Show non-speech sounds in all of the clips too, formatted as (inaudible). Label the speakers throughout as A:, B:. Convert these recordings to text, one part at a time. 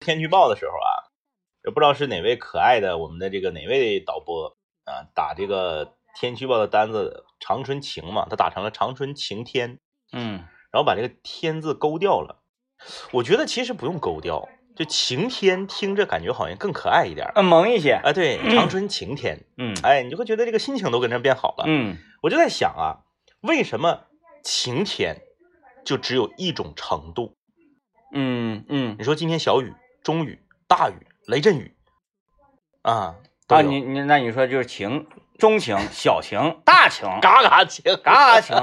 A: 天气预报的时候啊，也不知道是哪位可爱的我们的这个哪位导播啊，打这个天气预报的单子“长春晴”嘛，他打成了“长春晴天
B: 嗯”，
A: 然后把这个“天”字勾掉了。我觉得其实不用勾掉，就晴天听着感觉好像更可爱一点儿。
B: 嗯，萌一些，
A: 啊，对，长春晴天，
B: 嗯
A: 哎，你就会觉得这个心情都跟着变好了。
B: 嗯
A: 我就在想啊，为什么晴天就只有一种程度？
B: 嗯嗯
A: 你说今天小雨、中雨、大雨、雷阵雨啊都
B: 啊，
A: 有
B: 你你那你说就是晴、中晴、小晴、大晴，
A: (laughs) 嘎嘎晴
B: 嘎嘎晴， (laughs)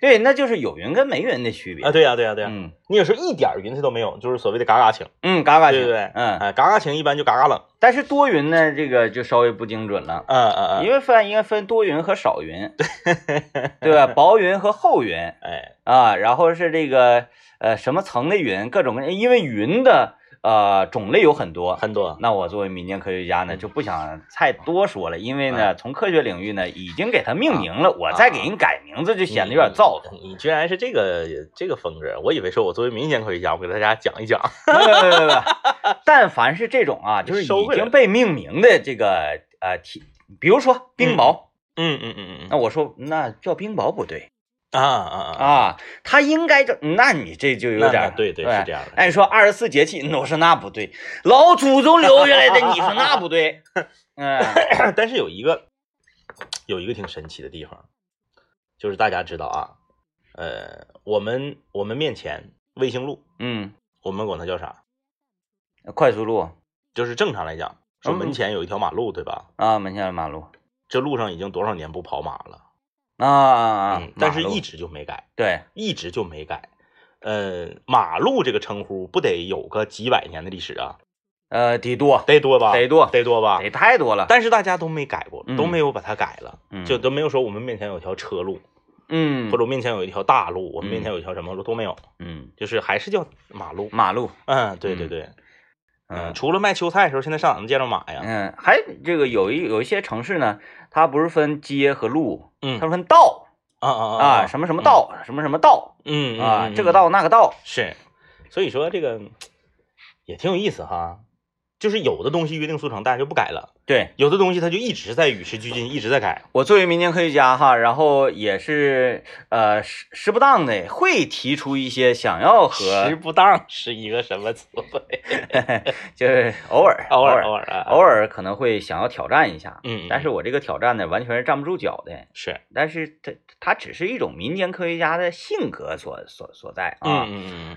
B: 对，那就是有云跟没云的区别
A: 啊！，对呀、对呀、对呀、
B: 嗯
A: 你有时候一点云彩都没有，就是所谓的嘎嘎晴，
B: 嗯，嘎嘎晴，
A: 对不对？
B: 嗯，
A: 哎，嘎嘎晴一般就嘎嘎冷，
B: 但是多云呢，这个就稍微不精准了。
A: 嗯嗯
B: 因
A: 嗯，
B: 为分应该分多云和少云，对吧？薄云和厚云
A: 哎，
B: 啊，然后是这个呃什么层的云，各种各因为云的呃种类有很多，
A: 很多，
B: 那我作为民间科学
A: 嗯
B: 家呢，就不想太多说了，因为
A: 哎
B: 呢，从科学领域呢已经给它命名了，我再给人改名字就显得有点造作。
A: 啊你。你居然是这个这个风格，我以为说我作为民间科学家，我给大家讲一讲。
B: 没有没有没有没有， (laughs) 但凡是这种啊，就是
A: 收
B: 已
A: 回来
B: 经被命名的这个呃体，比如说冰雹，
A: 嗯嗯嗯嗯
B: 那我说那叫冰雹不对
A: 嗯，啊啊啊，
B: 啊，它应该叫，那你这就有
A: 那
B: 点
A: 那对对是这样的
B: 哎，说二十四节气，嗯我说那不对，老祖宗留下来的，你说那
A: (laughs)
B: 不对，嗯
A: (clears throat) 但是有一个有一个挺神奇的地方，就是大家知道啊，呃，我们我们面前卫星路，
B: 嗯，
A: 我们管它叫啥？
B: 快速路
A: 就是正常来讲，说门
B: 嗯
A: 前有一条马路，对吧？
B: 啊，门前马路。
A: 这路上已经多少年不跑马了，
B: 啊啊啊
A: 嗯！但是
B: 马路
A: 一直就没改，
B: 对，
A: 一直就没改。呃，马路这个称呼不得有个几百年的历史啊，
B: 呃，得多
A: 得多吧？
B: 得多
A: 得多吧？
B: 得太多了。
A: 但是大家都没改过，
B: 嗯
A: 都没有把它改了，
B: 嗯
A: 就都没有说我们面前有条车路，
B: 嗯
A: 或者我面前有一条大路，我们面前有一条什么路都没有，
B: 嗯，
A: 就是还是叫马路。
B: 马路
A: 嗯，对对对，
B: 嗯
A: 除了卖秋菜的时候，现在上哪能见着马呀？
B: 嗯，还这个有一有一些城市呢，它不是分街和路，
A: 嗯
B: 它分道
A: 啊啊
B: 啊，什么什么道，什么什么道
A: 嗯
B: 啊，
A: 嗯
B: 这个道那个道。
A: 是，所以说这个也挺有意思哈，就是有的东西约定俗成，大家就不改了；
B: 对
A: 有的东西它就一直在与时俱进，一直在 (laughs) 改。
B: 我作为民间科学家哈，然后也是呃适适不当的会提出一些想要
A: 时
B: 和
A: 不当是一个什么词汇？
B: (laughs) 就是偶尔
A: 偶尔偶
B: 偶尔
A: 尔啊，
B: 偶尔可能会想要挑战一下，
A: 嗯，嗯
B: 但是我这个挑战呢完全是站不住脚的。
A: 是
B: 但是它它只是一种民间科学家的性格所所所在啊。
A: 嗯嗯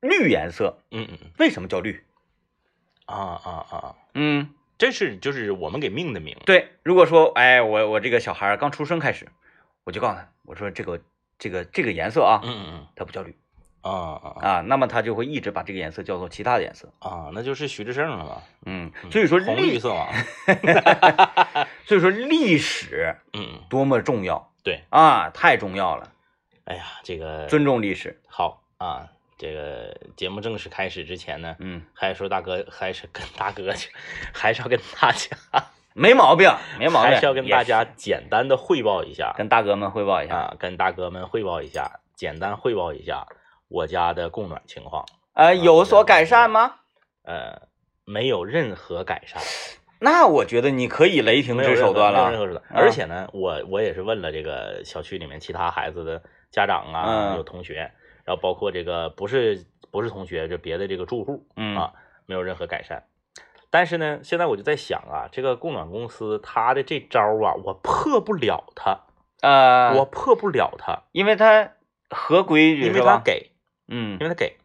B: 绿颜色
A: 嗯嗯嗯
B: 为什么叫绿？
A: 啊啊啊！
B: 嗯，
A: 这是就是我们给命的名，
B: 对。如果说哎，我我这个小孩儿刚出生开始，我就告诉他，我说这个这个这个颜色啊，
A: 嗯嗯
B: 它不叫绿
A: 嗯啊啊
B: 啊，那么他就会一直把这个颜色叫做其他的颜色。
A: 啊，那就是徐志胜了嘛，
B: 嗯，所以说
A: 红绿
B: 历，
A: 色嘛，
B: 所以说历史
A: 嗯嗯，
B: 多么重要
A: 对，
B: 啊，太重要了，
A: 哎呀，这个
B: 尊重历史。
A: 好啊，这个节目正式开始之前呢，
B: 嗯，
A: 还是说大哥，还是跟大哥去，还是要跟大家，
B: 没毛病，没毛病。
A: 还是要跟大
B: 也
A: 家简单的汇报一下
B: 跟大哥们汇报一下。
A: 啊，跟大哥们汇报一下，简单汇报一下我家的供暖情况。
B: 呃，有所改善吗？
A: 呃，没有任何改善，
B: 那我觉得你可以雷霆
A: 没有
B: 之
A: 任何
B: 手段
A: 没有任
B: 了。啊
A: 何手段。而且呢，我我也是问了这个小区里面其他孩子的家长啊，
B: 嗯
A: 有同学，然后包括这个不是不是同学，就别的这个住户，
B: 嗯
A: 啊，没有任何改善。但是呢，现在我就在想啊，这个供暖公司它的这招啊，我破不了它，
B: 呃，
A: 我破不了它，
B: 因为它合规矩
A: 因为
B: 是
A: 它
B: 吧？
A: 给，
B: 嗯
A: 因为它给。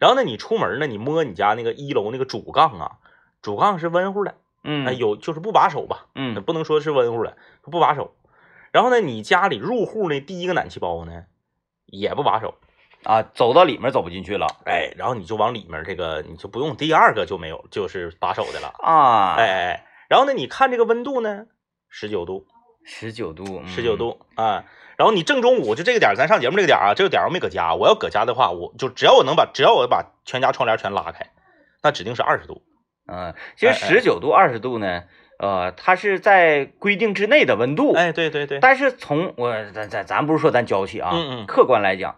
A: 然后呢，你出门呢，你摸你家那个一楼那个主杠啊，主杠是温乎的，
B: 嗯，
A: 哎，有就是不把手吧，
B: 嗯
A: 不能说是温乎的，不把手。然后呢，你家里入户呢，第一个暖气包呢也不把手，
B: 啊，走到里面走不进去了
A: 哎，然后你就往里面这个，你就不用第二个就没有，就是把手的了。
B: 啊。
A: 哎，哎，哎，然后呢，你看这个温度呢，十九度，
B: 十九度，嗯
A: 十九度啊。然后你正中午就这个点儿，咱上节目这个点儿啊，这个点儿我没搁家，我要搁家的话，我就只要我能把，只要我把全家窗帘全拉开，那指定是二十度。
B: 嗯。嗯，其
A: 哎
B: 实十九度、二十度呢，呃，它是在规定之内的温度。，
A: 哎，对对对，
B: 但是从我咱咱咱不是说咱娇气啊，
A: 嗯嗯
B: 客观来讲，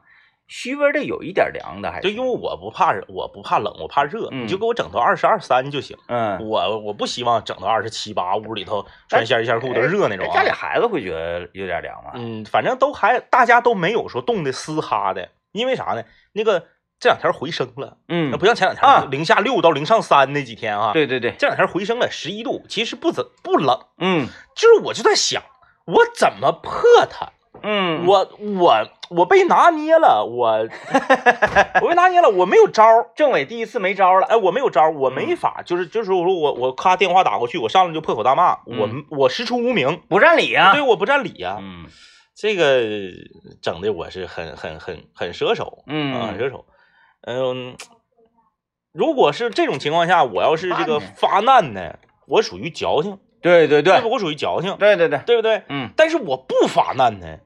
B: 虚微的有一点凉的，还
A: 就是因为我不怕热，我不怕冷，我怕热，
B: 嗯
A: 你就给我整到二十二三就行。
B: 嗯，
A: 我我不希望整到二十七八，屋里头穿线衣线裤都热那种
B: 哎家里
A: 啊。
B: 孩子会觉得有点凉吗？
A: 嗯，反正都还大家都没有说冻得嘶哈的，因为啥呢？那个这两天回升了，
B: 嗯
A: 那，不像前两
B: 啊
A: 天零下六到零上三那几天啊，
B: 对对对，
A: 这两天回升了十一度，其实不怎不冷，
B: 嗯
A: 就是我就在想，我怎么破它？
B: 嗯，
A: 我我我被拿捏了，
B: (laughs)
A: 我我被拿捏了，我没有招儿，
B: 政委第一次没招了，
A: 哎，我没有招儿，我
B: 嗯
A: 没法，就是就是我说我我咔电话打过去，我上来就破口大骂，我
B: 嗯
A: 我师出无名，
B: 不占理呀
A: 对，。啊我不占理呀、
B: 嗯
A: 这个整的我是很很很很蛇手，啊，很
B: 嗯，
A: 蛇手，嗯，如果是这种情况下，我要是这个
B: 怎么办呢
A: 发难呢，我属于矫情，
B: 对对对
A: 对不？我属于矫情，
B: 对对对，
A: 对不对？
B: 嗯
A: 但是我不发难呢，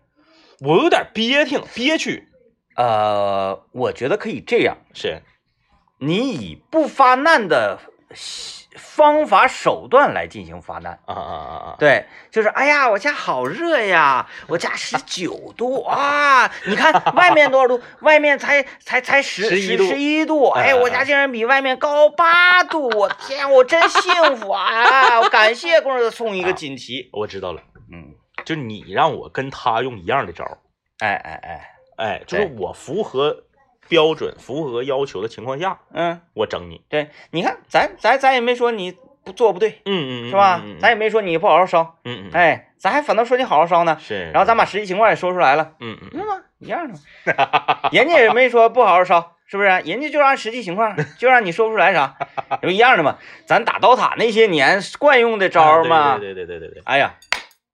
A: 我有点憋挺憋屈，
B: 呃，我觉得可以这样，
A: 是。
B: 你以不发难的方法手段来进行发难。
A: 啊啊啊啊！
B: 对，就是哎呀，我家好热呀，我家十九度啊！
A: (laughs)
B: 你看外面多少度？外面才才才十
A: 11度
B: 十一度，
A: 哎
B: 哎，我家竟然比外面高八度！我天，我真幸福啊！我感谢公主送一个锦旗。
A: 我知道了，
B: 嗯，
A: 就你让我跟他用一样的招儿，
B: 哎哎哎，
A: 哎，就是
B: 对
A: 我符合标准、符合要求的情况下，
B: 嗯，
A: 我整你，
B: 对，你看咱咱咱也没说你不做不对，
A: 嗯嗯，
B: 是吧？
A: 嗯
B: 咱也没说你不好好烧，
A: 嗯嗯，嗯，
B: 哎，咱还反倒说你好好烧呢。
A: 是，
B: 然后咱把实际情况也说出来了。
A: 嗯嗯
B: 那
A: 嗯
B: 么一样的，人家也没说不好好烧，是不是？人家就按实际情况，就让你说不出来啥，不一样的嘛。咱打刀塔那些年惯用的招儿嘛。
A: 啊对对对对对对，
B: 哎呀，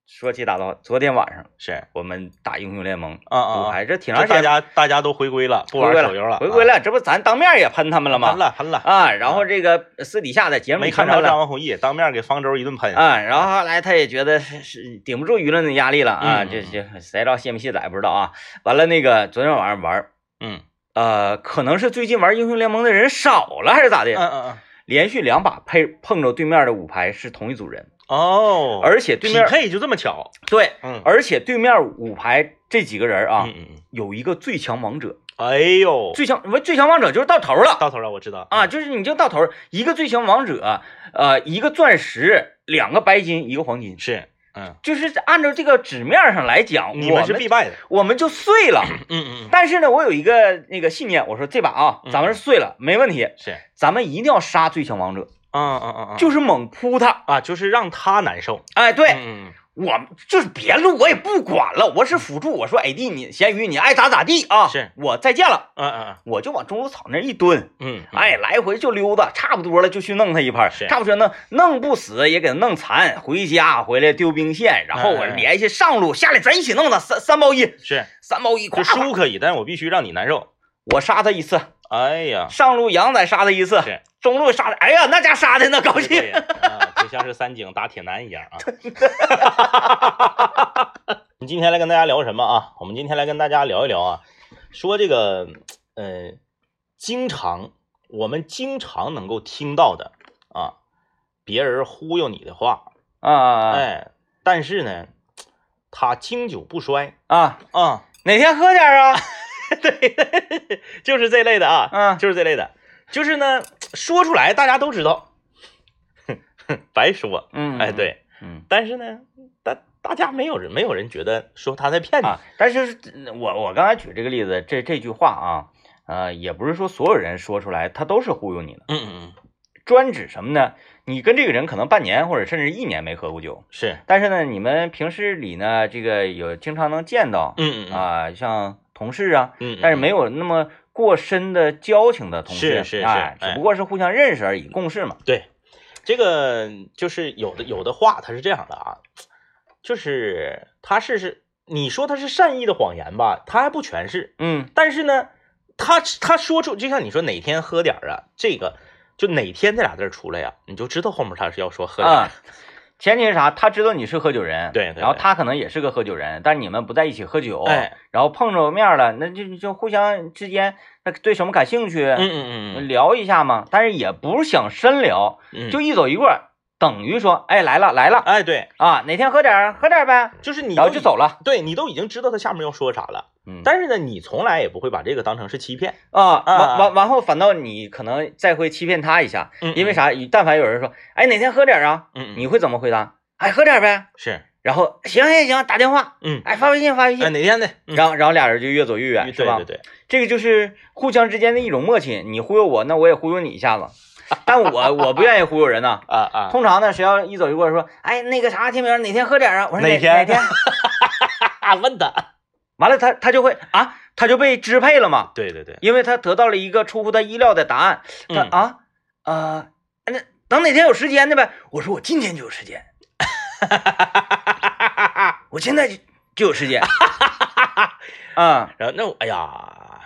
B: 说起打刀，昨天晚上
A: 是啊
B: 我们打英雄联盟，我
A: 啊啊，
B: 还这挺
A: 这
B: 长时
A: 大
B: 间
A: 家大家都回归了，不
B: 回
A: 玩
B: 归
A: 手游了，
B: 回归了，这不咱当面也喷他们了
A: 啊，
B: 吗
A: 喷？了喷了，
B: 啊，然后这个私底下在节目
A: 没
B: 里
A: 看
B: 看
A: 着
B: 着
A: 张
B: 了。
A: 文宏毅当面给方舟一顿 (laughs) 喷，
B: 啊，然后后来他也觉得是是顶不住舆论的压力了啊，
A: 嗯
B: 这这谁知道卸没卸载不知道啊。完了，那个昨天晚上玩儿
A: 嗯
B: 呃，可能是最近玩英雄联盟的人少了，还是咋的？
A: 嗯嗯嗯，
B: 连续两把配碰着对面的五排是同一组人，
A: 哦，
B: 而且对
A: 匹
B: 面
A: 配就这么巧，
B: 对，
A: 嗯
B: 而且对面五排这几个人啊，
A: 嗯嗯嗯，
B: 有一个最强王者，
A: 哎呦，
B: 最强不最强王者就是到头了
A: 到头了，我知道嗯
B: 啊，，就是你就到头儿一个最强王者，呃，一个钻石，两个白金，一个黄金，
A: 是，嗯，
B: 就是按照这个纸面上来讲，
A: 你
B: 我
A: 们是必败的，
B: 我们就碎了。
A: 嗯嗯嗯，
B: 但是呢，我有一个那个信念，我说这把啊，
A: 嗯
B: 咱们是碎了，没问题，
A: 是。
B: 咱们一定要杀最强王者。
A: 嗯嗯嗯嗯，
B: 就是猛扑他。
A: 啊，就是让他难受。
B: 哎，对
A: 嗯，
B: 我就是别录，我也不管了，我是辅助。我说 AD 你咸鱼你爱咋咋地啊，
A: 是
B: 我再见了，
A: 嗯嗯
B: 我就往中路草那儿一蹲，
A: 嗯，嗯
B: 哎，，来回就溜达，差不多了就去弄他一盘，
A: 是
B: 差不多弄弄不死也给他弄残，回家回来丢兵线，然后我
A: 哎哎哎
B: 联系上路下来咱一起弄他，三三包一，
A: 是，
B: 三包一，
A: 就
B: 夸夸，
A: 输可以，但是我必须让你难受。
B: 我杀他一次，
A: 哎呀，
B: 上路杨仔杀他一次
A: 是，
B: 中路杀他，哎呀那家杀的那高
A: 对
B: 兴，
A: 啊，就像是三井打铁男一 (laughs) 样啊。我们今天来跟大家聊什么啊？我们今天来跟大家聊一聊啊，说这个呃，经常我们经常能够听到的啊，别人忽悠你的话，
B: 啊
A: 哎，但是呢，他经久不衰
B: 啊，
A: 啊。
B: 哪天喝点儿啊，
A: (laughs) 对， (laughs) 就是这类的啊，
B: 嗯
A: 就是这类的，就是呢，说出来大家都知道， (laughs) 白说，
B: 嗯，
A: 哎，，对，
B: 嗯。
A: 但是呢，大大家没有人没有人觉得说他在骗你，
B: 啊，但是嗯我我刚才举这个例子，这这句话啊，呃，也不是说所有人说出来他都是忽悠你的，
A: 嗯嗯嗯，
B: 专指什么呢？你跟这个人可能半年或者甚至一年没喝过酒，
A: 是，
B: 但是呢，你们平时里呢，这个有经常能见到
A: 嗯嗯嗯
B: 啊、像同事啊，
A: 嗯，
B: 但是没
A: 有，
B: 有那么过深的交情的同
A: 是是
B: 事，
A: 是
B: 哎只
A: 哎
B: 不过是互相认识而已，共事嘛。
A: 对，这个就是有的有的话他是这样的啊，就是他是是你说他是善意的谎言吧，他还不全是，
B: 嗯
A: 但是呢，他他说出就像你说哪天喝点儿啊，这个就哪天这俩字儿出来呀、你就知道后面他是要说喝点儿。
B: 啊。前提是啥？他知道你是喝酒人，
A: 对对
B: 然后
A: 对
B: 他可能也是个喝酒人，但是你们不在一起喝酒，
A: 哎，
B: 然后碰着面了，那就就互相之间那对什么感兴趣，
A: 嗯嗯嗯
B: 聊一下嘛。但是也不是想深聊，
A: 嗯，
B: 就一走一过，等于说，哎，来了来了
A: 哎对，
B: 啊，哪天喝点儿喝点儿呗，
A: 就是你
B: 然后
A: 都
B: 就
A: 已
B: 走了。
A: 对你都已经知道他下面要说啥了，
B: 嗯，
A: 但是呢，你从来也不会把这个当成是欺骗，
B: 啊，
A: 啊
B: 完完完后反倒你可能再会欺骗他一下，
A: 嗯
B: 因为？啥？但凡有人说，哎，哪天喝点儿啊，
A: 嗯，嗯
B: 你会怎么回答？哎，喝点儿呗。
A: 是，
B: 然后行行行，打电话，
A: 嗯，
B: 哎，发微信发微
A: 哎，
B: 信，
A: 哪天的？嗯
B: 然后然后俩人就越走越远，
A: 对
B: 是吧？
A: 对对，
B: 这个就是互相之间的一种默契，你忽悠我，那我也忽悠你一下子，但我我不愿意忽悠
A: (laughs)
B: 人呐、
A: 啊啊，
B: 通常呢，谁要一走一过说，哎，那个啥，天明哪天喝点儿啊？我说
A: 哪
B: 哪
A: 天 (laughs)
B: 哪天？
A: 啊问他，
B: 完了他他就会啊，他就被支配了嘛，
A: 对对对，
B: 因为他得到了一个出乎他意料的答案。他
A: 嗯
B: 啊啊，那等哪天有时间的呗。我说我今天就有时间，我现在就就有时
A: (laughs)
B: 间。啊，
A: (laughs) 然后那我哎呀，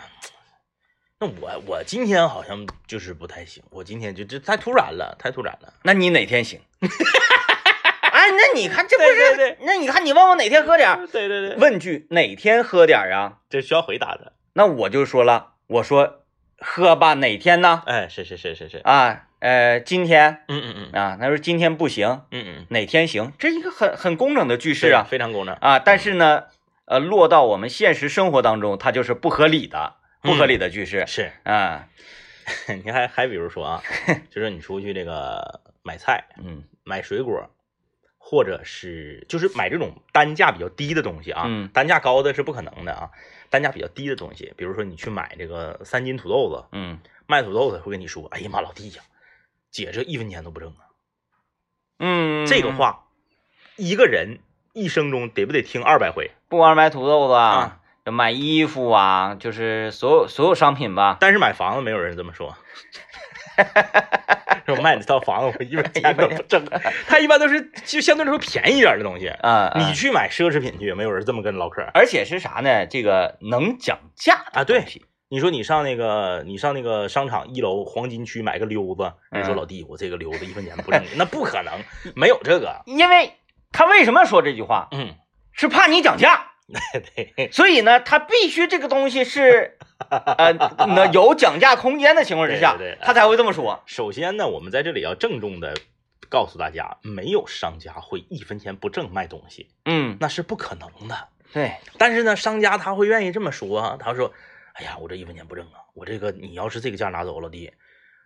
A: 那我我今天好像就是不太行，我今天就这太突然了，太突然了。
B: 那你哪天行？ (laughs) 哎，那你看这
A: (laughs)
B: 不
A: 对
B: 是？
A: 对对
B: 那你看你问我哪天喝点儿？
A: (laughs) 对对对，
B: 问句哪天喝点儿啊？
A: 这需要回答的。
B: 那我就说了，我说喝吧，哪天呢？
A: 哎，是是是是是，
B: 啊，呃，今天
A: 嗯嗯嗯
B: 啊，他说今天不行，
A: 嗯嗯，
B: 哪天行？这一个很很工整的句式
A: 对
B: 啊。
A: 非常 (laughs) 工整。
B: 啊，但是呢，呃，落到我们现实生活当中，它就是不合理的、不合理的句式。
A: 嗯是， (laughs)
B: 啊，
A: 你还还比如说 (laughs) 啊，就是你出去这个买菜、
B: 嗯
A: 买水果，或者是就是买这种单价比较低的东西啊，
B: 嗯
A: 单价高的是不可能的啊，单价比较低的东西，比如说你去买这个三斤土豆子，
B: 嗯
A: 卖土豆的会跟你说：“哎呀妈，老弟呀，姐这一分钱都不挣啊。
B: 嗯，
A: 这个话，一个人一生中得不得听二百回？
B: 不光是买土豆子
A: 啊
B: 啊，就买衣服啊，就是所有所有商品吧。
A: 但是买房子没有人这么说。 (laughs) 说卖你套房子，我一分钱都不
B: (laughs)
A: 挣。
B: 哎
A: 他一般都是就相对来说便宜一点的东西。
B: 啊，
A: 你
B: 啊
A: 去买奢侈品去，没有人这么跟唠嗑。
B: 而且是啥呢？这个能讲价的
A: 啊对
B: 东西，
A: 你说你上那个，你上那个商场一楼黄金区买个溜子，你说
B: 嗯
A: 老弟，我这个溜子一分钱不挣，那不可能，没有这个。
B: 因为他为什么说这句话，
A: 嗯， (laughs)
B: 是怕你讲价。
A: 对，
B: 所以呢，他必须这个东西是，
A: (laughs)
B: 呃，那有讲价空间的情况之下，
A: 对对对
B: 他才会这么说。
A: 首先呢，我们在这里要郑重的告诉大家，没有商家会一分钱不挣卖东西，
B: 嗯，
A: 那是不可能的。
B: 对，
A: 但是呢，商家他会愿意这么说啊，他说：“哎呀，我这一分钱不挣啊，我这个你要是这个价拿走，老弟，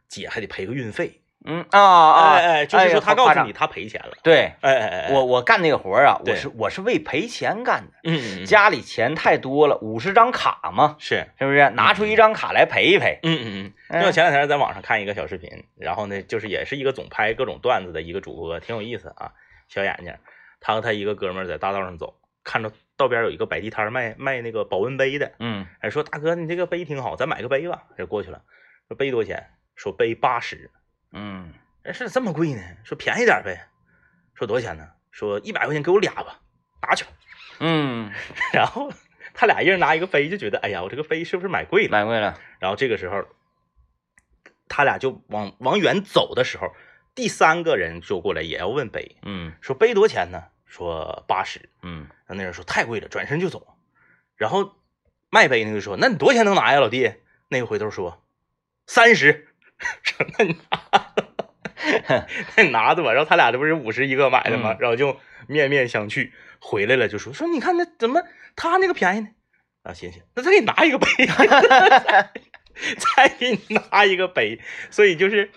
A: 姐还得赔个运费。
B: 嗯啊啊，
A: 哎哎，就是
B: 呀
A: 说他
B: 好
A: 告
B: 夸
A: 诉
B: 张
A: 你他赔钱了。
B: 对
A: 哎哎哎，
B: 我我干那个活儿啊，
A: 对
B: 我是我是为赔钱干的，
A: 嗯嗯嗯
B: 家里钱太多了，五十张卡嘛，
A: 是。
B: 是不是？拿出一张卡来赔一赔。
A: 嗯嗯嗯，
B: 哎
A: 因为前两天在网上看一个小视频，然后呢，就是也是一个总拍各种段子的一个主播，挺有意思啊，小眼睛。他和他一个哥们儿在大道上走，看着道边有一个摆地摊儿卖卖那个保温杯的，
B: 嗯，
A: 哎，说大哥你这个杯挺好，咱买个杯吧。就过去了，说杯多少钱？说杯八十。
B: 嗯，
A: 哎，是这么贵呢？说便宜点儿呗。说多少钱呢？说一百块钱给我俩吧，拿去吧。
B: 嗯，
A: (laughs) 然后他俩一人拿一个杯，就觉得哎呀，我这个杯是不是买贵了？
B: 买贵了，
A: 然后这个时候，他俩就往往远走的时候，第三个人就过来也要问杯，
B: 嗯
A: 说杯多少钱呢？说八十。
B: 嗯
A: 那人说太贵了，转身就走。然后卖杯那个说：“那你多少钱能拿呀，老弟？”那个回头说：“三十。” (laughs) 说那你拿， (laughs) 那你拿着吧。然后他俩这不是五十一个买的吗？
B: 嗯
A: 然后就面面相觑，回来了就说：“说你看那怎么他那个便宜呢？”啊，行行，那再给你拿一个 (laughs) 杯， (laughs) 再给你拿一个杯。所以就是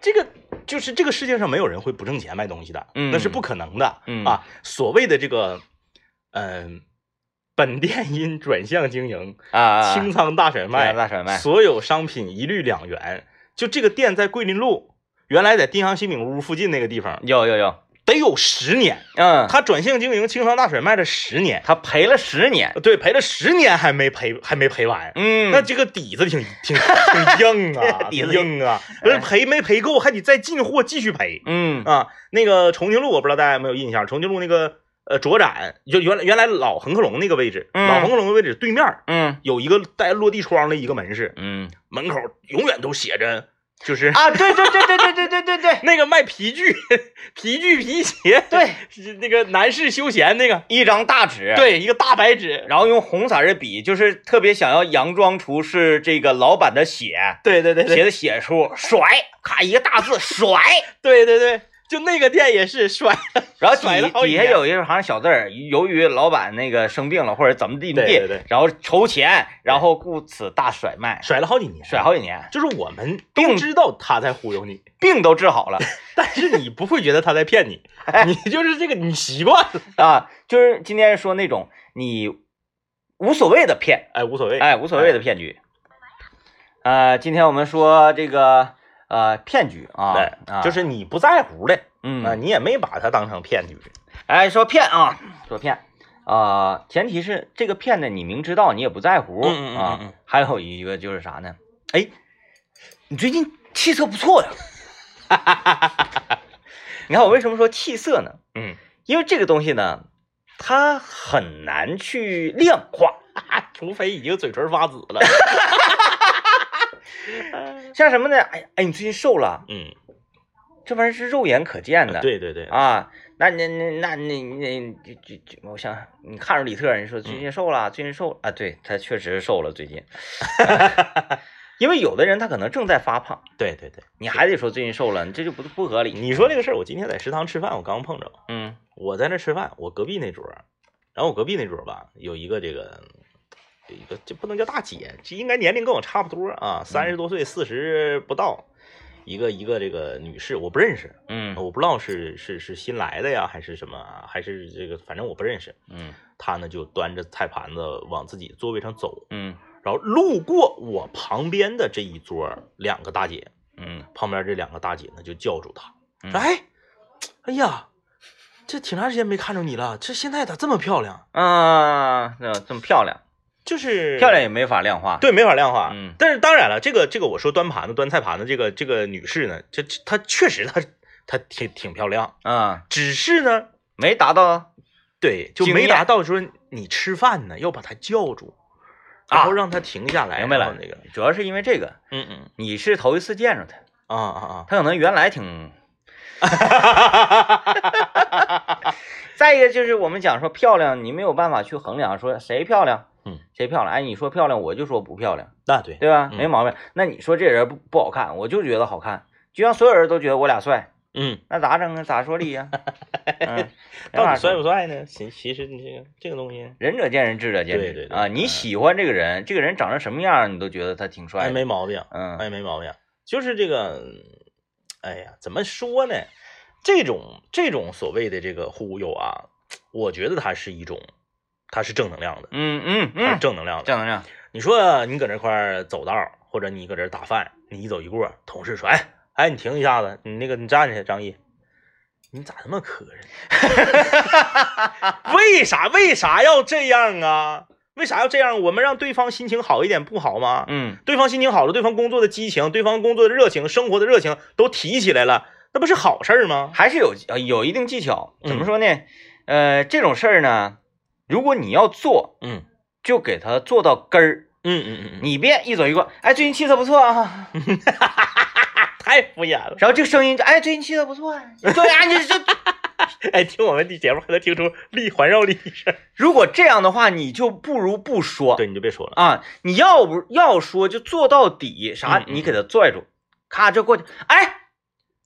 A: 这个，就是这个世界上没有人会不挣钱卖东西的，
B: 嗯
A: 那是不可能的。
B: 嗯
A: 啊，所谓的这个，嗯、本店因转向经营，
B: 啊啊，
A: 清仓大甩卖，
B: 清仓大甩卖
A: 所有商品一律两元。就这个店在桂林路，原来在丁香西饼屋附近那个地方，
B: 有有有，
A: 得有十年，
B: 嗯，
A: 他转向经营，清仓大甩卖了十年，
B: 他赔了十年，
A: 对，赔了十年还没赔，还没赔完。
B: 嗯，，
A: 那这个底子挺挺挺硬啊
B: (laughs) 底子哎
A: 挺硬啊！不是赔没赔够，还得再进货继续赔。
B: 嗯
A: 啊，那个重庆路我不知道大家有没有印象，重庆路那个呃卓展，就原来原来老恒客隆那个位置，
B: 嗯
A: 老恒客隆的位置对面儿 (laughs)
B: 嗯
A: 有一个带落地窗的一个门市，
B: 嗯
A: 门口永远都写着就是、
B: 啊，对对对对对对对对对
A: 那个卖皮具、皮具、皮鞋，
B: 对，
A: 是那个男士休闲那个，
B: 一张大纸，。
A: 对，一个大白纸，
B: 然后用红色儿的笔，就是特别想要佯装出是这个老板的血，
A: 对对对对
B: 写的写处甩，咔一个大字甩，
A: 对对对，就那个店也是 (laughs) 摔了，
B: 然后底
A: 甩了好几
B: 底下
A: 年
B: 有一行小字儿，由于老板那个生病了或者怎么地怎么地，
A: 对对对
B: 然后筹钱，然后故此大甩卖，
A: 甩了好几年，
B: 甩好几年，
A: 就是我们
B: 并
A: 都知道他在忽悠你，
B: 病都治好
A: (laughs)
B: 了
A: 但是你不会觉得他在骗 (laughs) 你，你就是这个你习惯了，
B: 啊！就是今天说那种你无所谓的骗，
A: 哎，无所谓，
B: 哎，无所谓的骗局。呃，今天我们说这个呃骗局啊，
A: 对
B: 啊
A: 就是你不在乎的，
B: 嗯
A: 啊，你也没把它当成骗局，
B: 哎，说骗啊，
A: 嗯
B: 说骗啊、呃前提是这个骗呢，你明知道你也不在乎
A: 嗯嗯嗯嗯
B: 啊
A: 嗯。
B: 还有一个就是啥呢？哎，你最近气色不错呀。 (laughs) 你看我为什么说气色呢？
A: 嗯，
B: 因为这个东西呢，它很难去量化。
A: 啊，除非已经嘴唇发紫 (laughs) 了，
B: 像什么呢？哎哎，你最近瘦了，
A: 嗯，
B: 这玩意儿是肉眼可见的。
A: 对对对，
B: 啊，那那那那那那就就就，我想你看着李特，你说最近瘦了，最近瘦了啊，对他确实瘦了最近， (laughs) 因为有的人他可能正在发胖，
A: 对对对，
B: 你还得说最近瘦了，你这就不不合理。
A: 你说这个事儿，我今天在食堂吃饭，我刚碰着，
B: 嗯
A: 我在那吃饭，我隔壁那桌儿，然后我隔壁那桌儿吧，有一个这个，有一个这不能叫大姐，这应该年龄跟我差不多啊，三十多岁，四十不到，一个一个这个女士，我不认识，
B: 嗯
A: 我不知道是是是新来的呀，还是什么啊，还是这个，反正我不认识。
B: 嗯
A: 她呢就端着菜盘子往自己座位上走，
B: 嗯
A: 然后路过我旁边的这一桌儿两个大姐，
B: 嗯
A: 旁边这两个大姐呢就叫住她，
B: 嗯
A: 说：“哎，哎呀，这挺长时间没看着你了，这现在咋这么漂亮？
B: 啊，那这么漂亮，
A: 就是
B: 漂亮也没法量化。，
A: 对，没法量化。
B: 嗯
A: 但是当然了，这个这个我说端盘子、端菜盘子，这个这个女士呢，这这她确实她她挺挺漂亮，
B: 啊，
A: 只是呢，
B: 没达到
A: 对，就
B: 经
A: 没
B: 验
A: 达到说你吃饭呢要把她叫住，然后让她停下来，
B: 啊明白
A: 然
B: 了
A: 后那个，，
B: 主要是因为这个，
A: 嗯嗯，
B: 你是头一次见着他，
A: 啊啊啊，
B: 他可能原
A: (laughs)
B: 来挺，再一个就是我们讲说漂亮，你没有办法去衡量说谁漂亮，
A: 嗯，
B: 谁漂亮，哎，你说漂亮，我就说不漂亮，
A: 那对，
B: 对吧？
A: 嗯
B: 没毛病。那你说这人不不好看，我就觉得好看，就像所有人都觉得我俩帅，
A: 嗯，
B: 那咋整啊？咋
A: (laughs)
B: 说理呀、嗯，
A: 到底帅
B: 说
A: 不帅呢？其其实你这个这个东西，
B: 仁者见仁，智者见
A: 对
B: 智。
A: 对对
B: 啊，
A: 嗯
B: 你喜欢这个人，这个人长成什么样，你都觉得他挺帅
A: 哎，
B: 的。
A: 没毛病。
B: 嗯，
A: 哎，没毛病，就是这个，哎呀，怎么说呢？这种这种所谓的这个忽悠啊，我觉得它是一种，它是正能量的，
B: 嗯嗯
A: 它是
B: 嗯，
A: 正能量的。
B: 正能量。
A: 你说啊你搁那块儿走道儿，或者你搁这儿打饭，你一走一过，同事说，哎哎，你停一下子，你那个你站起来，张毅。你咋那么磕碜？ (laughs) 为啥为啥要这样啊？为啥要这样？我们让对方心情好一点不好吗？
B: 嗯，
A: 对方心情好了，对方工作的激情，对方工作的热情，生活的热情都提起来了，那不是好事儿吗？
B: 还是有呃有一定技巧。怎
A: 嗯
B: 么说呢？呃，这种事儿呢，如果你要做，
A: 嗯
B: 就给他做到根儿，
A: 嗯嗯嗯，
B: 你别一走一过。哎，最近气色不错啊。 (laughs)
A: 太敷衍了。 (laughs)
B: 然后这个声音就，哎，最近气色不错啊。对呀，你这，
A: 哎，听我们的节目还能听出力环绕力声。
B: 如果这样的话，你就不如不说。
A: 对，你就别说了。
B: 啊，你要不要说就做到底，啥
A: 嗯嗯
B: 你给他拽住，咔这过去，哎，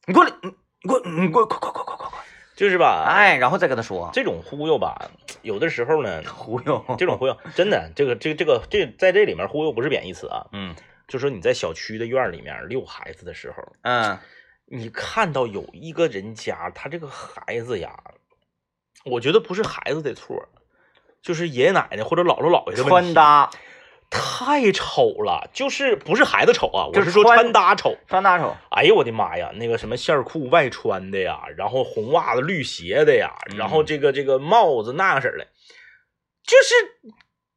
B: 你过来，你你过，你过，快快快快快快，
A: 就是吧，，
B: 哎，然后再跟他说
A: 这种忽悠吧，有的时候呢，
B: 忽悠，
A: 这种忽悠真的，这个这个这个这在这里面忽悠不是贬义词啊，
B: 嗯
A: 就说你在小区的院儿里面遛孩子的时候，
B: 嗯
A: 你看到有一个人家，他这个孩子呀，我觉得不是孩子的错，就是爷爷奶奶或者姥姥姥爷的问题
B: 穿搭
A: 太丑了，就是不是孩子丑啊，
B: 就
A: 我
B: 是
A: 是说
B: 穿
A: 穿搭丑。
B: 穿搭手，
A: 哎呀，我的妈呀，那个什么线裤外穿的呀，然后红袜子绿鞋的呀，然
B: 嗯
A: 后这个这个帽子那样式儿的，就是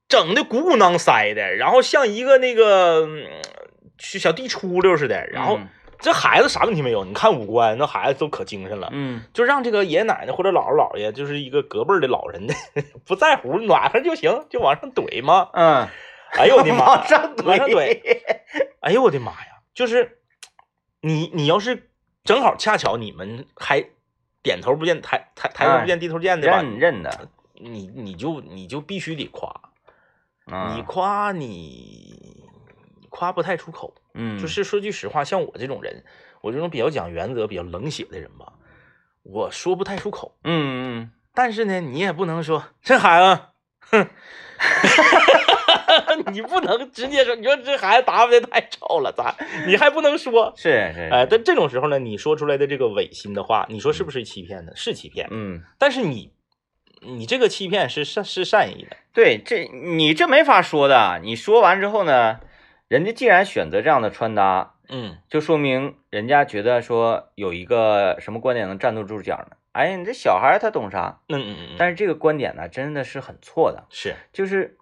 A: 整的鼓鼓囊塞的，然后像一个那个嗯小地出溜似的，然后。
B: 嗯
A: 这孩子啥问题没有？你看五官，那孩子都可精神了，
B: 嗯
A: 就让这个爷爷奶奶或者姥姥姥爷，就是一个隔辈儿的老人的， (laughs) 不在乎，暖和就行，就往上怼嘛。
B: 嗯，
A: 哎呦我的妈
B: (laughs) 往
A: 呀！
B: 上
A: 往上
B: 怼，
A: 哎呦我的妈呀！就是你，你要是正好恰巧你们还点头不见抬抬抬头不见低头见的吧，
B: 哎认认的，
A: 你你就你就必须得夸，你
B: 嗯
A: 夸你夸不太出口。
B: 嗯
A: 就是说句实话，像我这种人，我这种比较讲原则、比较冷血的人吧，我说不太出口。
B: 嗯嗯
A: 但是呢，你也不能说这孩子，哼， (laughs) 你不能直接说，你说这孩子打扮的太丑了，咋？你还不能说
B: 嗯，，是是，
A: 哎，但这种时候呢，你说出来的这个违心的话，你说是不是欺骗呢？是欺骗，
B: 嗯，
A: 但是你，你这个欺骗是善是善意的，
B: 对，这你这没法说的。你说完之后呢，人家既然选择这样的穿搭，
A: 嗯，
B: 就说明人家觉得说有一个什么观点能站得住脚呢？哎，你这小孩儿他懂啥？
A: 嗯嗯嗯，
B: 但是这个观点呢，真的是很错的。
A: 是
B: 就是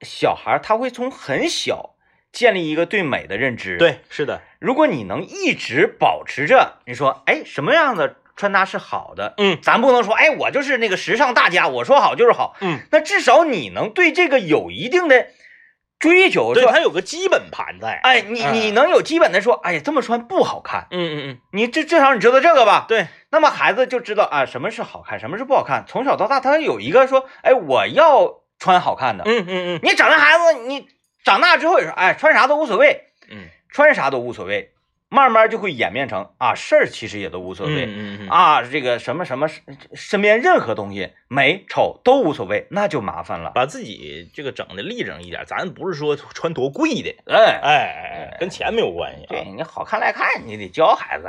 B: 小孩儿他会从很小建立一个对美的认知。，
A: 对，是的，
B: 如果你能一直保持着，你说，哎，什么样的穿搭是好的？
A: 嗯
B: 咱不能说，哎，我就是那个时尚大家，我说好就是好。
A: 嗯，
B: 那至少你能对这个有一定的追求，
A: 对
B: 说，
A: 他有个基本盘在，
B: 哎，你你能有基本的说，哎呀，这么穿不好看，
A: 嗯嗯嗯，
B: 你至至少你知道这个吧？
A: 对，
B: 那么孩子就知道啊，什么是好看，什么是不好看。从小到大，他有一个说，哎，我要穿好看的。
A: 嗯嗯嗯
B: 你整这孩子，你长大之后也说，哎，穿啥都无所谓，
A: 嗯，
B: 穿啥都无所谓，慢慢就会演变成啊，事儿其实也都无所谓。
A: 嗯嗯嗯，
B: 啊，这个什么什么，身边任何东西美丑都无所谓，那就麻烦了。
A: 把自己这个整的立正一点，咱不是说穿多贵的，
B: 哎，
A: 哎哎哎，跟钱没有关系啊。
B: 对你好看来看，你得教孩子。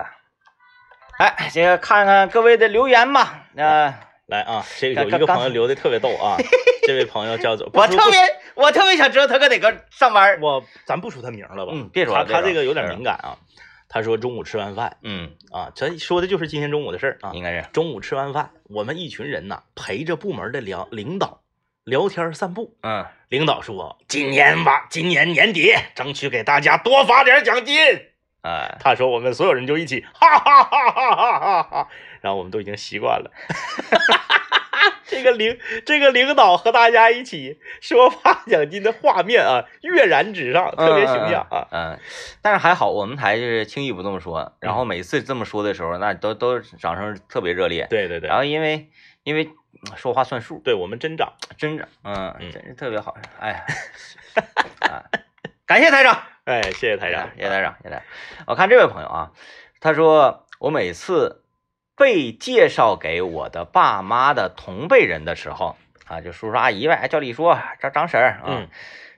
B: 哎，这个看看各位的留言吧。呃，
A: 来啊，这个
B: 刚
A: 有一个
B: 刚
A: 朋友留的特别逗
B: (laughs)
A: 啊，这位朋友叫做
B: 我
A: 不
B: 特
A: 说不
B: 别，我特别想知道他搁哪个上班。
A: 我咱不说他名了吧，
B: 嗯别说
A: 他
B: 了别
A: 他
B: 说
A: 这个
B: 了
A: 有
B: 别
A: 点
B: 说
A: 敏感啊。他说中午吃完饭
B: 嗯，
A: 啊，这说的就是今天中午的事儿啊。
B: 应该是。
A: 中午吃完饭，我们一群人呐陪着部门的领领导聊天散步。
B: 嗯，
A: 领导说，今年吧，今年年底争取给大家多发点奖金。
B: 哎，
A: 他说我们所有人就一起哈哈哈哈哈哈哈，然后我们都已经习惯了。 (laughs) 这个领这个领导和大家一起说发奖金的画面啊，跃然纸上，特别形象啊。
B: 嗯。嗯，但是还好，我们台就是轻易不这么说，然后每次这么说的时候，那都都是掌声特别热烈。
A: 对对对
B: 然，后因为因为嗯说话算数，
A: 对我们真长，
B: 真的，嗯，
A: 嗯
B: 真是特别好。哎呀， (laughs) 啊，感谢台长。
A: 哎，谢谢台长，
B: 叶台长，叶台长，我看这位朋友啊，他说我每次被介绍给我的爸妈的同辈人的时候啊，就叔叔阿姨呗，哎叫李叔、张张婶儿啊，
A: 嗯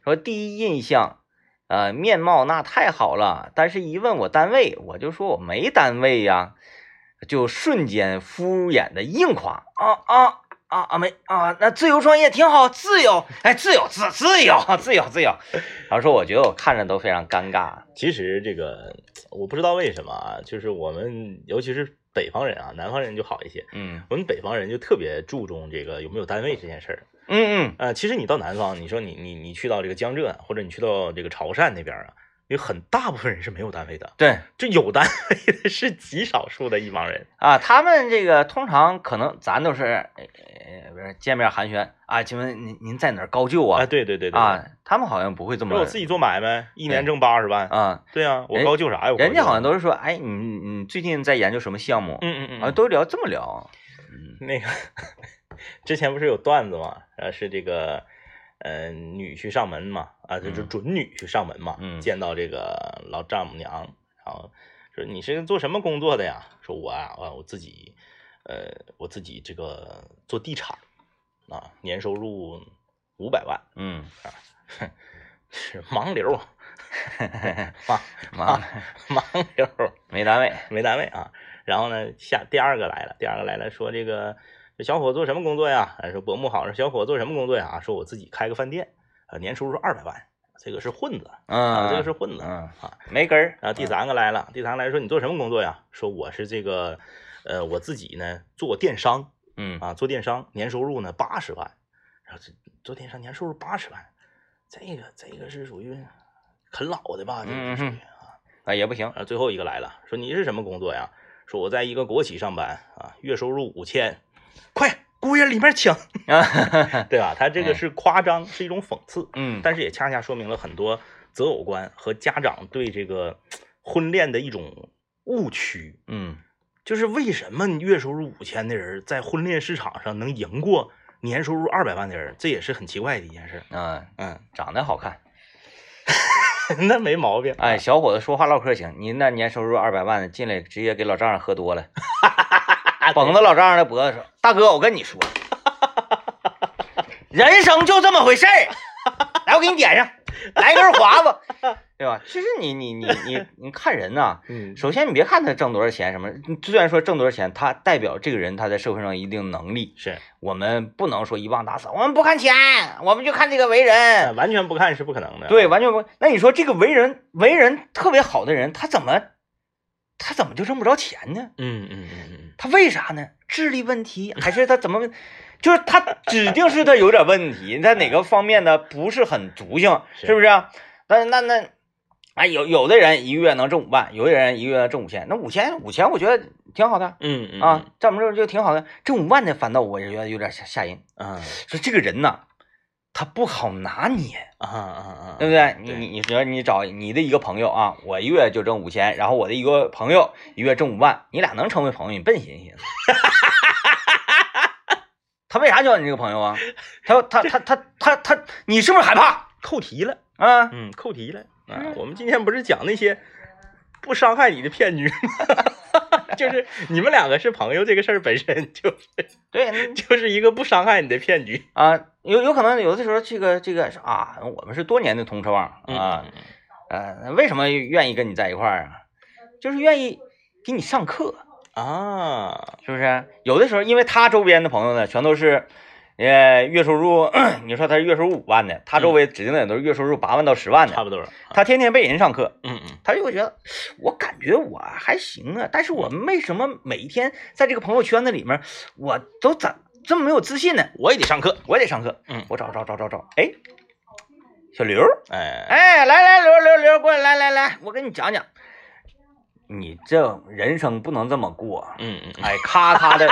B: 说第一印象，呃，面貌那太好了，但是一问我单位，我就说我没单位呀，就瞬间敷衍的硬夸啊啊。啊啊没啊，那自由创业挺好，自由，哎，自由自自由 (laughs) 自由自由，然后说我觉得我看着都非常尴尬，
A: 其实这个我不知道为什么啊，就是我们尤其是北方人啊，南方人就好一些，
B: 嗯
A: 我们北方人就特别注重这个有没有单位这件事儿。
B: 嗯
A: 呃，其实你到南方，你说你你你去到这个江浙，啊或者你去到这个潮汕那边啊，有很大部分人是没有单位的，
B: 对
A: 这有单位的是极少数的一帮人。
B: 啊，他们这个通常可能咱都是，呃，不是见面寒暄啊，请问您您在哪儿高就
A: 啊，
B: 啊？
A: 对对对对，
B: 啊，他们好像不会这
A: 因
B: 么
A: 为我自己做买卖，一年挣八十万，
B: 啊，
A: 对啊，我
B: 人
A: 高就啥呀？我
B: 人家
A: 高
B: 好像
A: 就啊
B: 都是说，哎，你你最近在研究什么项目
A: 嗯嗯嗯
B: 啊？都聊这么聊，
A: 那个之前不是有段子嘛，呃，是这个呃女婿上门嘛，啊，就是
B: 嗯
A: 准女婿上门嘛，
B: 嗯
A: 见到这个老丈母娘，然后说你是做什么工作的呀？说我啊，啊我自己，呃，我自己这个做地产啊，年收入五百万，
B: 嗯，
A: 是盲流啊，盲
B: 完了
A: (laughs) 盲流啊。
B: 嗯没单位，
A: 没单位啊。然后呢，下第二个来了，第二个来了，说这个这小伙做什么工作呀？哎说伯母好，说小伙做什么工作呀？啊说我自己开个饭店，啊，年收入二百万，这个是混子啊，
B: 嗯，
A: 这个是混子
B: 嗯
A: 啊。
B: 没根儿
A: 然后第三个来了，第三个来说你做什么工作呀？说我是这个，呃，我自己呢做电商
B: 嗯
A: 啊，做电商，年收入呢八十万，然后这做电商年收入八十万，这个这个是属于啃老的吧？这个是属于
B: 嗯嗯啊也
A: (laughs)
B: 不行，
A: 啊，最后一个来了，说你是什么工作呀？说我在一个国企上班啊，月收入五千，快姑爷里面请，
B: 啊
A: 对吧？他这
B: 哎
A: 个是夸张，是一种讽刺，
B: 嗯，
A: 但是也恰恰说明了很多择偶观和家长对这个婚恋的一种误区，
B: 嗯
A: 就是为什么你月收入五千的人在婚恋市场上能赢过年收入二百万的人，这也是很奇怪的一件事。
B: 啊，
A: 嗯， (laughs)
B: 长得好看，
A: 那没毛病。啊
B: 哎，，小伙子说话唠嗑行，您那年收入二百万，进来直接给老丈人喝多了。绷着老丈人的脖子说：“大哥，我跟你说，人生就这么回事儿。来，我给你点上，来根华子，对吧？其实你你你你你看人呐、
A: 嗯
B: 首先你别看他挣多少钱，什么虽然说挣多少钱，他代表这个人他在社会上一定能力。
A: 是，
B: 我们不能说一棒打死，我们不看钱，我们就看这个为
A: 呃
B: 人。
A: 完全不看是不可能的。
B: 对，完全不。那你说这个为人为人特别好的人，他怎么他怎么就挣不着钱呢？
A: 嗯，嗯嗯嗯
B: 他为啥呢？智力问 (laughs) 题还是他怎么？就是他指定是他有点问题，在哪个方面呢？不是很足性，
A: 是
B: 是不是啊？那那那，哎，有有的人一个月能挣五万，有的人一个月能挣五千，那五千五千我觉得挺好的
A: 嗯嗯
B: 啊，在我们这儿就挺好的。挣五万的反倒我也觉得有点吓吓人，
A: 啊
B: 说这个人呐，他不好拿捏，
A: 啊啊啊，
B: 对不对？你你你说你找你的一个朋友啊，我一月就挣五千，然后我的一个朋友一月挣五万，你俩能成为朋友？你笨寻思寻思。 (laughs) 他为啥交你这个朋友啊？他他他他他他，你是不是害怕
A: 扣题了，
B: 啊？
A: 嗯，扣题了啊
B: 嗯！
A: 我们今天不是讲那些不伤害你的骗局吗？ (laughs) 就是你们两个是朋友这个事儿本身就
B: 对，那
A: 就是一个不伤害你的骗局
B: (laughs) 啊，有有可能有的时候这个这个是啊，我们是多年的同车网啊，
A: 嗯嗯
B: 呃，为什么愿意跟你在一块儿啊？就是愿意给你上课，
A: 嗯啊，
B: 是不是？有的时候，因为他周边的朋友呢，全都是，呃，月收入， (clears throat) 你说他是月收入五万的，他周围指定的都是月收入八万到十万
A: 差
B: 的，
A: 不多了。
B: 他天天被人上课，
A: 嗯嗯，
B: 他就会觉得，我感觉我还行啊，但是我为什么每一天在这个朋友圈子里面，我都咋这么没有自信呢？
A: 我也得上课。
B: 我也得上课，
A: 嗯
B: 我找找找找找，哎，小刘，
A: 哎，
B: 哎，来来，刘刘刘，过来，来来来，我给你讲讲，你这人生不能这么过，
A: 嗯嗯，
B: 哎，咔咔的。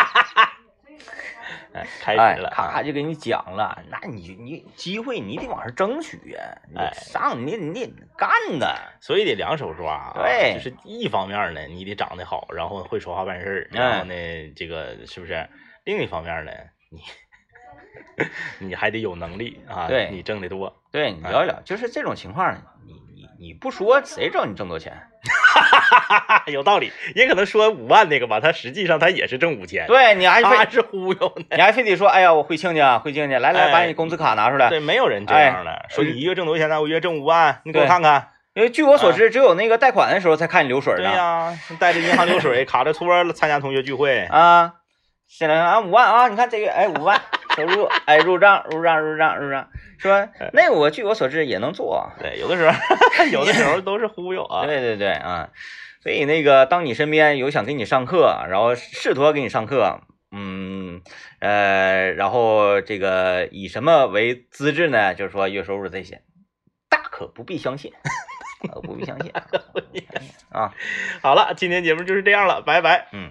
A: 哎，开
B: 哎
A: 始了，，
B: 咔咔就给你讲了，那你你机会你得往上争取呀，你
A: 哎
B: 得上你你得干呐，
A: 所以得两手抓啊。
B: 对
A: 就是一方面呢，你得长得好，然后会说话办事儿，
B: 哎
A: 然后呢，这个是不是？另一方面呢，你 (laughs) 你还得有能力啊，
B: 对
A: 你挣得多，
B: 对你聊一聊，就是这种情况，你你你不说，谁知道你挣多钱？
A: 有道理。也可能说五万那个吧，他实际上他也是挣五千，，
B: 对，你还
A: 他
B: 非
A: 是忽悠呢。
B: 你还非得说，哎呀，我回亲家，回亲家，来来，把
A: 哎
B: 你工资卡拿出来。
A: 对，没有人这样的，哎呃说你一月挣多少钱呢？我一月挣五万，你给我
B: 对
A: 看看。
B: 因为据我所知，只有那个贷款的时候才看你流水
A: 对
B: 呢。
A: 呀，带着银行流水，卡着托儿参加同学聚会，
B: 啊，现在啊五万啊，你看这月哎五万收入，哎入账入账入账入账，说
A: 哎
B: 那我据我所知也能做啊。
A: 对，有的时候， (laughs) 有的时候都是忽悠啊。
B: 对对对啊，所以那个，当你身边有想给你上课，然后试图要给你上课，嗯呃，然后这个以什么为资质呢？就是说月收入这些，大可不必相信，大可不必相信啊。
A: 好了，今天节目就是这样了，拜拜。
B: 嗯。